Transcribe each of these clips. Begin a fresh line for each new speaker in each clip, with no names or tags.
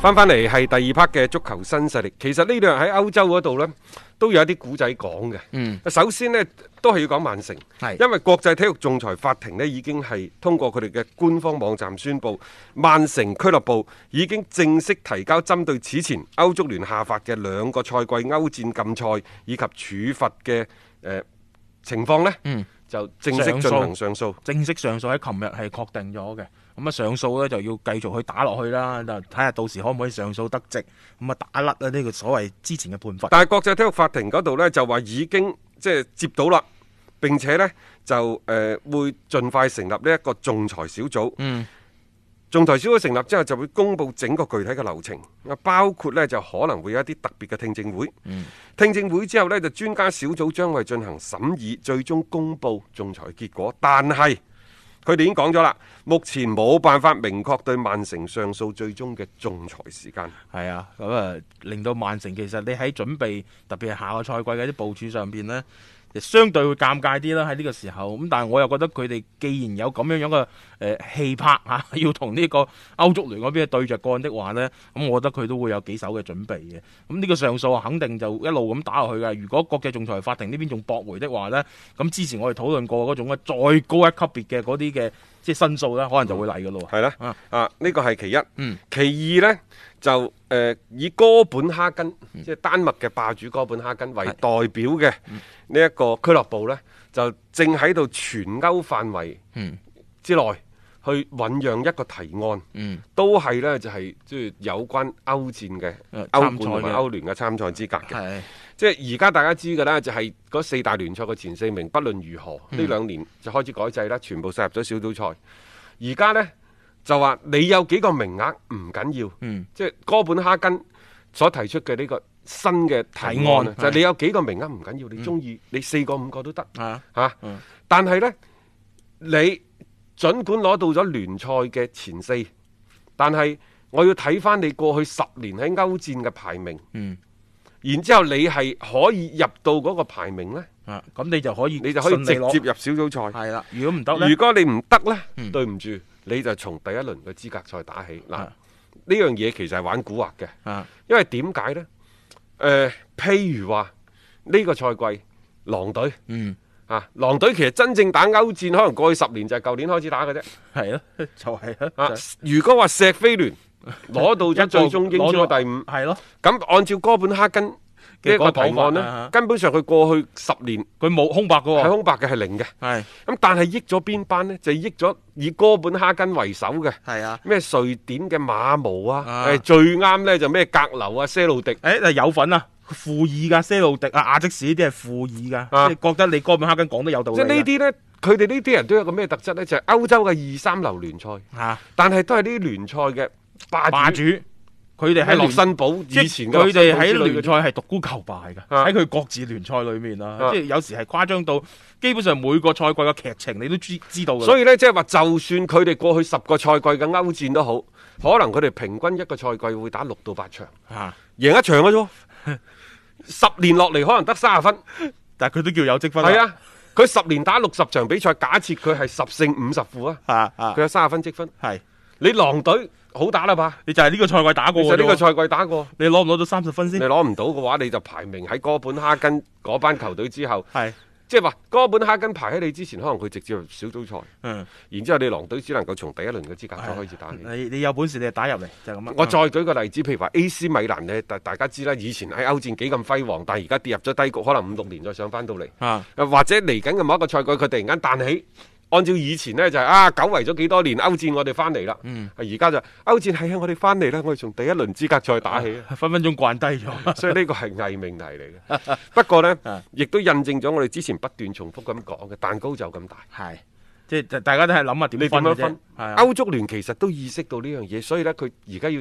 翻翻嚟係第二 part 嘅足球新勢力，其實呢兩日喺歐洲嗰度呢，都有一啲古仔講嘅。嗯，首先呢，都係要講曼城，
係
因為國際體育仲裁法庭呢已經係通過佢哋嘅官方網站宣布，曼城俱樂部已經正式提交針對此前歐足聯下發嘅兩個賽季歐戰禁賽以及處罰嘅誒情況呢，
嗯
就正式
上訴
進行上訴。
正式上訴喺琴日係確定咗嘅，咁啊上訴咧就要繼續去打落去啦，就睇下到時可唔可以上訴得直，咁啊打甩啊呢個所謂之前嘅判罰。
但係國際體育法庭嗰度呢，就話已經即係接到啦，並且呢，就誒、呃、會盡快成立呢一個仲裁小組。
嗯，
仲裁小組成立之後，就會公布整個具體嘅流程，啊包括呢，就可能會有一啲特別嘅聽證會。嗯、聽證會之後呢，就專家小組將會進行審議，最終公佈仲裁結果。但係佢哋已經講咗啦，目前冇辦法明確對曼城上訴最終嘅仲裁時間。
係啊，咁啊令到曼城其實你喺準備特別係下個賽季嘅一啲部署上邊呢，就相對會尷尬啲啦喺呢個時候。咁但係我又覺得佢哋既然有咁樣樣嘅誒氣魄 嚇，要同呢個歐足聯嗰邊對着幹的話呢，咁我覺得佢都會有幾手嘅準備嘅。咁呢個上訴啊肯定就一路咁打落去㗎。如果國際仲裁法庭呢邊仲駁回的話呢，咁之前我哋討論過嗰種咧再高一級別嘅嗰啲嘅即係申訴呢，可能就會嚟㗎咯喎。
係啦，
啊
啊呢個係其一，
嗯
其二呢，就誒、呃以哥本哈根，
嗯
即係丹麥嘅霸主哥本哈根為代表嘅呢一個俱樂部呢，就正喺度全歐範圍
嗯
之內去醖釀一個提案，
嗯
都係呢，就係即係有關歐戰嘅
誒
歐
啊參
冠
賽
同埋
嘅
歐聯嘅參賽資格嘅。
係
即係而家大家知㗎啦，就係嗰四大聯賽嘅前四名，不論如何，
嗯
呢兩年就開始改制啦，全部殺入咗小組賽。而家呢，就話你有幾個名額唔緊要，
嗯
即係哥本哈根所提出嘅呢個新嘅提
提
案
案
啊
係
就係你有幾個名額唔緊要，你中意你四個五個都得
啊
嚇。
嗯
但係呢，你儘管攞到咗聯賽嘅前四，但係我要睇翻你過去十年喺歐戰嘅排名。
嗯。
然之後你係可以入到嗰個排名呢，
啊，咁你就可以
你就可以直接
系
入小組賽。
啦。如果唔得
如
咧，
果你唔得呢，
嗯
對唔住，你就從第一輪嘅資格賽打起。嗱，呢
啊
樣嘢其實係玩蠱惑嘅，
啊
因為點解呢？誒，譬如話呢個賽季狼隊
嗯
啊，狼隊其實真正打歐戰，可能過去十年就係舊年開始打嘅啫。
系咯， 就系
啊
咯，，
如果話石飛 聯攞到咗最終英超嘅第五，
系咯，
咁按照哥本哈根嘅一個提
嘅嗰個講法
案
啊
呢
哈，
根本上佢過去十年。
佢冇空白
係
噶，
空白嘅係零嘅。
系
咁但係益咗邊班呢？就益咗以哥本哈根為首嘅
系啊。
咩瑞典嘅馬毛啊，
啊
誒、最啱呢就咩格流啊、些路迪。
诶，嗱有份啊，負二噶，些路迪啊，阿積士呢啲係負二
啊
噶，即係覺得你哥本哈根講得有道理
即係
㗎。
呢啲呢，佢哋呢啲人都有個咩特質呢？就係、歐洲嘅二三流聯賽，
吓
但係都係呢啲聯賽嘅霸主。
霸主，佢哋
喺
喺
洛
聯
辛堡
即係
以前嘅
佢哋
洛
喺
辛堡之類嗰
聯
啲
賽係獨孤求敗嘅，
啊
喺佢各自聯賽裏面啊
啊，
即係有時係誇張到基本上每個賽季嘅劇情你都知知道㗎啦。
所以呢，即係話，就算佢哋過去十個賽季嘅歐戰都好，可能佢哋平均一個賽季會打六到 八場，
啊
贏一場嘅啫。十年落嚟可能得三十分。
但係佢都叫有積分。
係，啊，佢十年打六十場比賽，假設佢係十勝五十負啊，
啊啊
佢，有三十分積分。
係。
你狼隊好打啦吧？
你就係呢個賽季打過
其
嘅
實
啫
呢
喎
個賽季打過，
哦你攞唔攞到三十分
你
先？
攞唔到嘅話，你就排名喺哥本哈根嗰班球隊之後。
係，
即係話哥本哈根排喺你之前，可能佢直接入小組賽，
嗯，
然之後你狼隊只能夠從第一輪嘅資格
啊
賽開始打起。
你你有本事你就打入嚟就係咁啦。
我再舉個例子，譬如話 AC 米蘭呢，大大家知啦，以前喺歐戰幾咁輝煌，但係而家跌入咗低谷，可能五六年再上翻到嚟，
啊
呃或者嚟緊嘅某一個賽季，佢突然間彈起。按照以前呢，就係、啊，久違咗幾多年歐戰，我哋翻嚟啦。
嗯
而家就歐戰係啊，我哋翻嚟啦，我哋從第一輪資格賽打起 啊。
分分鐘慣低咗。
所以呢個係偽命題嚟嘅。 不過呢
啊，
亦都印證咗我哋之前不斷重複咁講嘅蛋糕就咁大。
係，即係大家都係諗下
你
點
點
分
樣
嘅
分
啫。？係啊，
歐足聯其實都意識到呢樣嘢，所以呢，佢而家要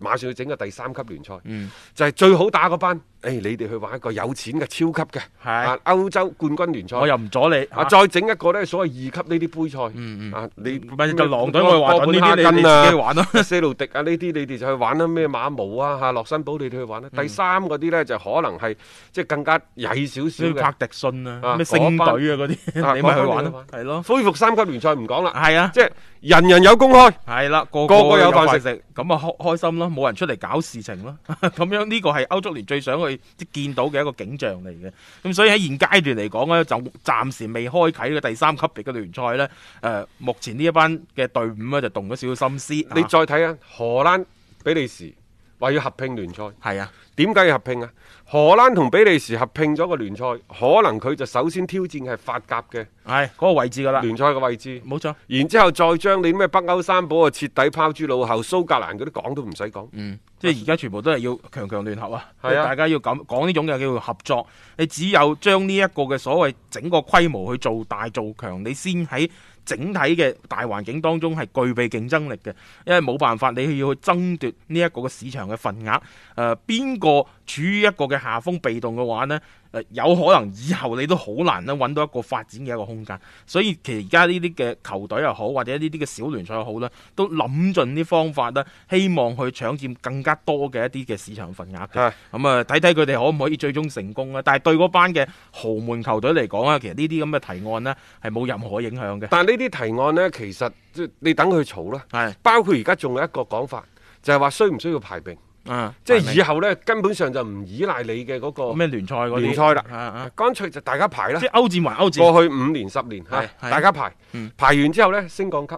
馬上要整個第三級聯賽，
嗯
就係最好打嗰班。誒、你哋去玩一個有錢嘅超級嘅
係
啊歐洲冠軍聯賽。
我又唔阻你。
啊！再整一個呢，所謂二級呢啲杯賽，啊，你
咪就狼隊我話
哥本
等呢啲你
哈根
你自己去玩咯
些路迪啊呢啲你哋就去玩啦，咩馬毛啊嚇，洛辛堡你哋去玩啦。第三嗰啲呢，就可能係即係更加曳少少
你
嘅
拍，迪信
啊
啊，咩星隊啊嗰
啊
啲，你咪去
嗰班
玩
你去
咯
玩，
係咯，
恢復三級聯賽唔講啦，
係啊，
即係人人有公開。
係啦，個
個個有飯
飯
食
食，咁啊開開心咯，冇人出嚟搞事情咯， 咁樣呢個係歐足聯最想去即係見到嘅一個景象嚟嘅。咁所以喺現階段嚟講咧，就暫時未開啟嘅第三級別嘅聯賽咧，誒、目前呢一班嘅隊伍咧就動咗少少心思。
你
啊
再睇下荷蘭、比利時話要合併聯賽，
係啊，
點解要合併啊？荷蘭同比利時合併咗個聯賽，可能佢就首先挑戰係法甲嘅
係嗰、個位置㗎啦，
聯賽嘅位置，
冇錯。
然之後再將你咩北歐三寶啊徹底拋諸腦後，蘇格蘭嗰啲講都唔使講。
嗯，即係而家全部都係要強強聯合啊！
係啊
大家要咁講呢種嘅叫做合作。你只有將呢一個嘅所謂整個規模去做大做強，你先喺整體嘅大環境當中係具備競爭力嘅。因為冇辦法，你要去爭奪呢一個嘅市場嘅份額。誒、呃，邊個處於一個嘅下風被動嘅話呢？誒有可能以後你都好難咧揾到一個發展嘅一個空間，所以其實而家呢啲嘅球隊又好，或者呢啲嘅小聯賽又好啦，都諗盡啲方法啦，希望去搶佔更加多嘅一啲嘅市場份額嘅。
係
咁啊，睇睇佢哋可唔可以最終成功啦。但係對嗰班嘅豪門球隊嚟講啊，其實呢啲咁嘅提案呢係冇任何影響嘅。
但係呢啲提案呢，其實即係你等佢嘈啦。
係
包括而家仲有一個講法，就係話需唔需要排名，
啊，
即
排
係以
名
後呢，根本上就唔依賴你嘅嗰個
咩聯賽嗰啲
聯賽啦
啊啊，
乾脆就大家排啦
即係。歐戰還歐戰，
過去五年十年嚇
係，係嗯
大家排排完之後呢，升降級，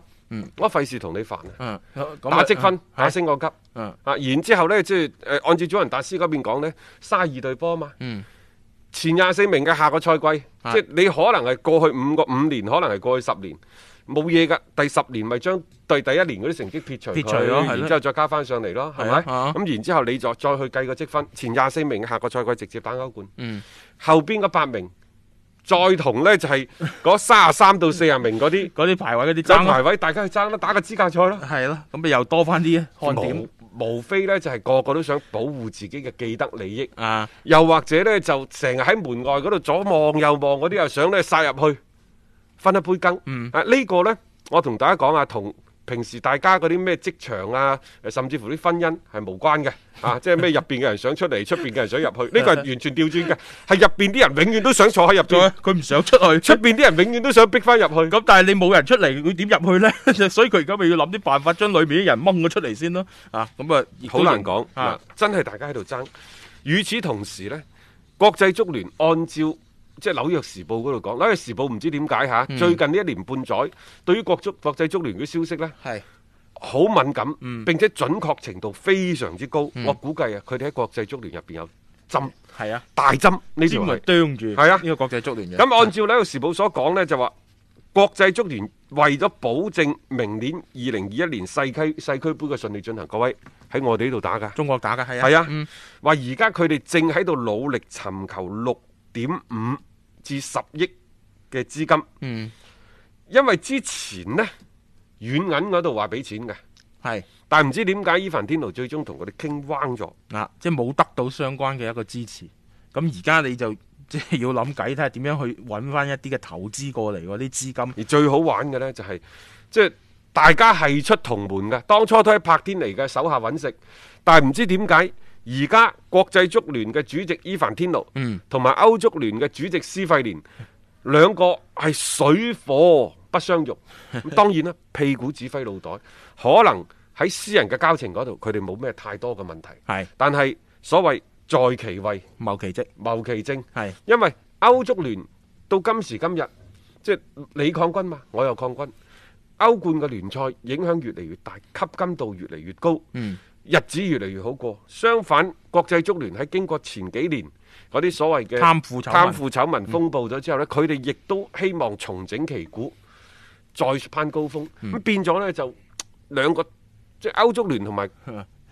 我費事同你煩啊！
嗯，咁啊
打積分，打
係
升降級
嗯
啊！然之後呢，即係誒按照祖雲達斯嗰邊講呢，卅二隊波嘛，
嗯
前廿四名嘅下個賽季，
係
即係你可能係過去五個五年，可能係過去十年。冇嘢㗎，第十年咪將對第一年嗰啲成績撇除
撇除
佢
咯係咯
然之後再加翻上嚟咯，係咪？
係啊
咁然之後你再再去計個積分，前廿四名嘅下個賽季直接打歐冠，
嗯
後邊嗰八名再同呢就係嗰三十三到四十名嗰啲
嗰啲排位嗰啲
有
爭
排
咯，
位，大家去爭啦，打個資格賽啦。
係咯，咁咪又多翻啲看點
無無非呢就係、個個都想保護自己嘅既得利益，
啊。
又或者呢就成日喺門外嗰度左望右望嗰啲，又想呢殺入去分一杯羹。啊，呢、個呢，我同大家講啊，同平時大家嗰啲咩職場啊，誒甚至乎啲婚姻係無關嘅。啊！即係咩入邊嘅人想出嚟，出邊嘅人想入去，呢個係完全調轉嘅，係入邊啲人永遠都想坐喺入 邊，
啊佢唔想出去，
出邊啲人永遠都想逼翻入去。
咁但係你冇人出嚟，佢點入去呢？ 所以佢而家咪要諗啲辦法，將裏面啲人掹咗出嚟先咯。啊，咁啊，亦都
好難講嗱
啊，，
真係大家喺度爭。與此同時呢，國際足聯按照即係紐約時報嗰度講，紐約時報唔知點解嚇，
嗯
最近呢一年半載，對於國足國際足聯嘅消息呢，
係
好敏感，
嗯
並且準確程度非常之高。我估計啊，佢哋喺國際足聯入邊有針
係啊，
大針呢條
專門
係。
啄住
係啊
呢個國際足聯嘅。啊
咁按照《紐約時報》所講呢，就話國際足聯為咗保證明年二零二一年世區世區杯嘅順利進行，各位喺我哋呢度打㗎。
中國打嘅係啊，
係啊，話而家佢哋正喺度努力尋求六點五至十億嘅資金。嗯，因為之前呢，軟銀嗰度話俾錢嘅，
係
但係唔知點解伊凡天奴最終同佢哋傾彎咗。
啊，即係冇得到相關嘅一個支持。咁而家你就 即係要諗計，睇下點樣去揾翻一啲嘅投資過嚟嗰啲資金。
而最好玩嘅呢，就係、即係大家係出同門嘅，當初都喺柏天尼嘅手下揾食，但係唔知點解。而家國際足聯嘅主席伊凡天奴，同埋、歐足聯嘅主席施費連，兩個係水火不相容。咁當然啦，屁股指揮腦袋，可能喺私人嘅交情嗰度，佢哋冇咩太多嘅問題。
係
但係所謂在其位
謀奇蹟，
謀其政，
係
因為歐足聯到今時今日，即係你抗軍嘛，我又抗軍。歐冠嘅聯賽影響越嚟越大，吸金度越嚟越高，
嗯
日子越嚟越好過。相反，國際足聯喺經過前幾年嗰啲所謂嘅
貪腐醜聞
貪腐醜聞風暴咗之後呢，佢哋亦都希望重整旗鼓，再攀高峰。咁、變咗呢，就兩個即係歐足聯同 埋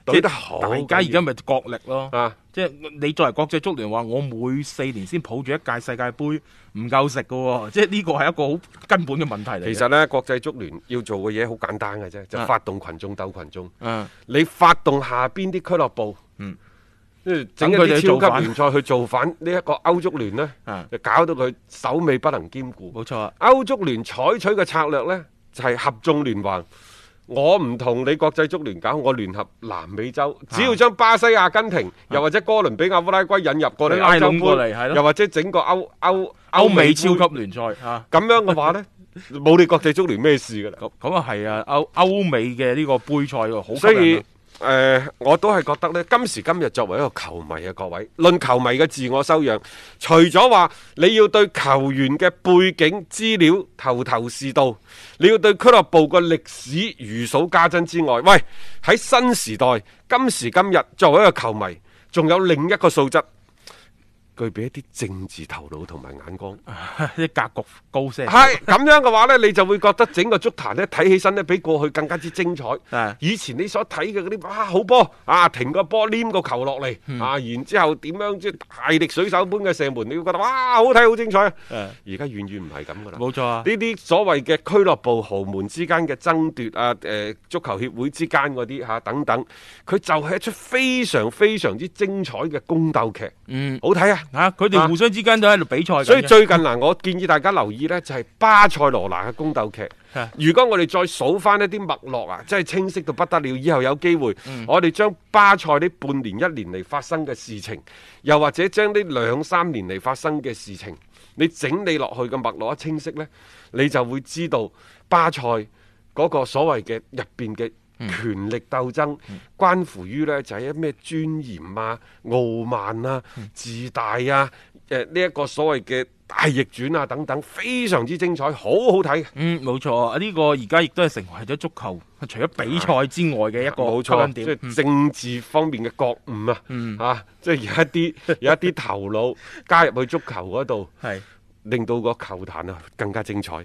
對得好緊
大
要。
家而家咪角力咯。
啊，
即係你作為國際足聯話，我每四年先抱住一屆世界盃，唔夠食嘅喎，即係呢個係一個好根本嘅問題嚟嘅。
其實呢，國際足聯要做嘅嘢好簡單嘅啫，就
啊
發動群眾鬥群眾。
嗯，
你發動下邊啲俱樂部，
嗯，
整一
等佢哋去
啲超
造
級
反
聯賽去造反呢一個歐足聯呢，
啊
就搞到佢首尾不能兼顧。
冇錯啊。
歐足聯採取嘅策略呢，就係、合縱連橫。我唔同你國際足聯搞，我聯合南美洲，只要將巴西、阿根廷，又或者哥倫比亞、烏拉圭引入過嚟
拉
歐洲
攏過嚟係
杯，
咯
又或者整個歐歐
歐美超
杯
級聯賽啊，
咁樣嘅話呢，冇你國際足聯咩事㗎啦。
咁咁啊係啊，歐歐美嘅呢個杯賽喎，好吸
所以
引
誒
啊、
我都係覺得呢，今時今日作為一個球迷啊，各位，論球迷嘅自我修養，除咗話你要對球員嘅背景資料頭頭是道，你要對俱樂部嘅歷史如數家珍之外，喂，喺新時代，今時今日作為一個球迷，仲有另一個素質，具備一啲政治頭腦同埋眼光。
啊 啲格局高 些。
係咁樣嘅話呢，你就會覺得整個足壇呢睇起身呢，比過去更加之精彩
係。
以前你所睇嘅嗰啲哇好波啊，停個波黏個球落嚟、
嗯
啊，然之後點樣即係大力水手般嘅射門，你會覺得哇好睇好精彩啊！而家遠遠唔係咁噶啦。
冇錯啊
呢啲所謂嘅俱樂部豪門之間嘅爭奪啊，誒、足球協會之間嗰啲嚇等等，佢就係一出非常非常之精彩嘅宮鬥劇。
嗯，
好睇啊！
嚇佢哋互相之間都喺度比賽緊嘅
所以最近嗱，我建議大家留意呢，就係巴塞羅那嘅宮鬥劇
嚇。
如果我哋再數翻一啲脈絡啊，真係清晰到不得了。以後有機會，
嗯
我哋將巴塞呢半年一年嚟發生嘅事情，又或者將呢兩三年嚟發生嘅事情，你整理落去嘅脈絡一清晰呢，你就會知道巴塞嗰個所謂嘅入邊嘅。權力鬥爭關乎於呢，就係一咩尊嚴啊、傲慢啊、自大啊、誒呢一個所謂嘅大逆轉啊等等，非常之精彩，好好睇嘅。
嗯冇錯啊，呢個而家亦都係成為咗足球除咗比賽之外嘅一個
冇
吸
錯，啊
引
即
點。嗯
係政治方面嘅覺悟啊，啊，即係有一啲有一啲頭腦加入去足球嗰度，
係
令到個球壇啊更加精彩。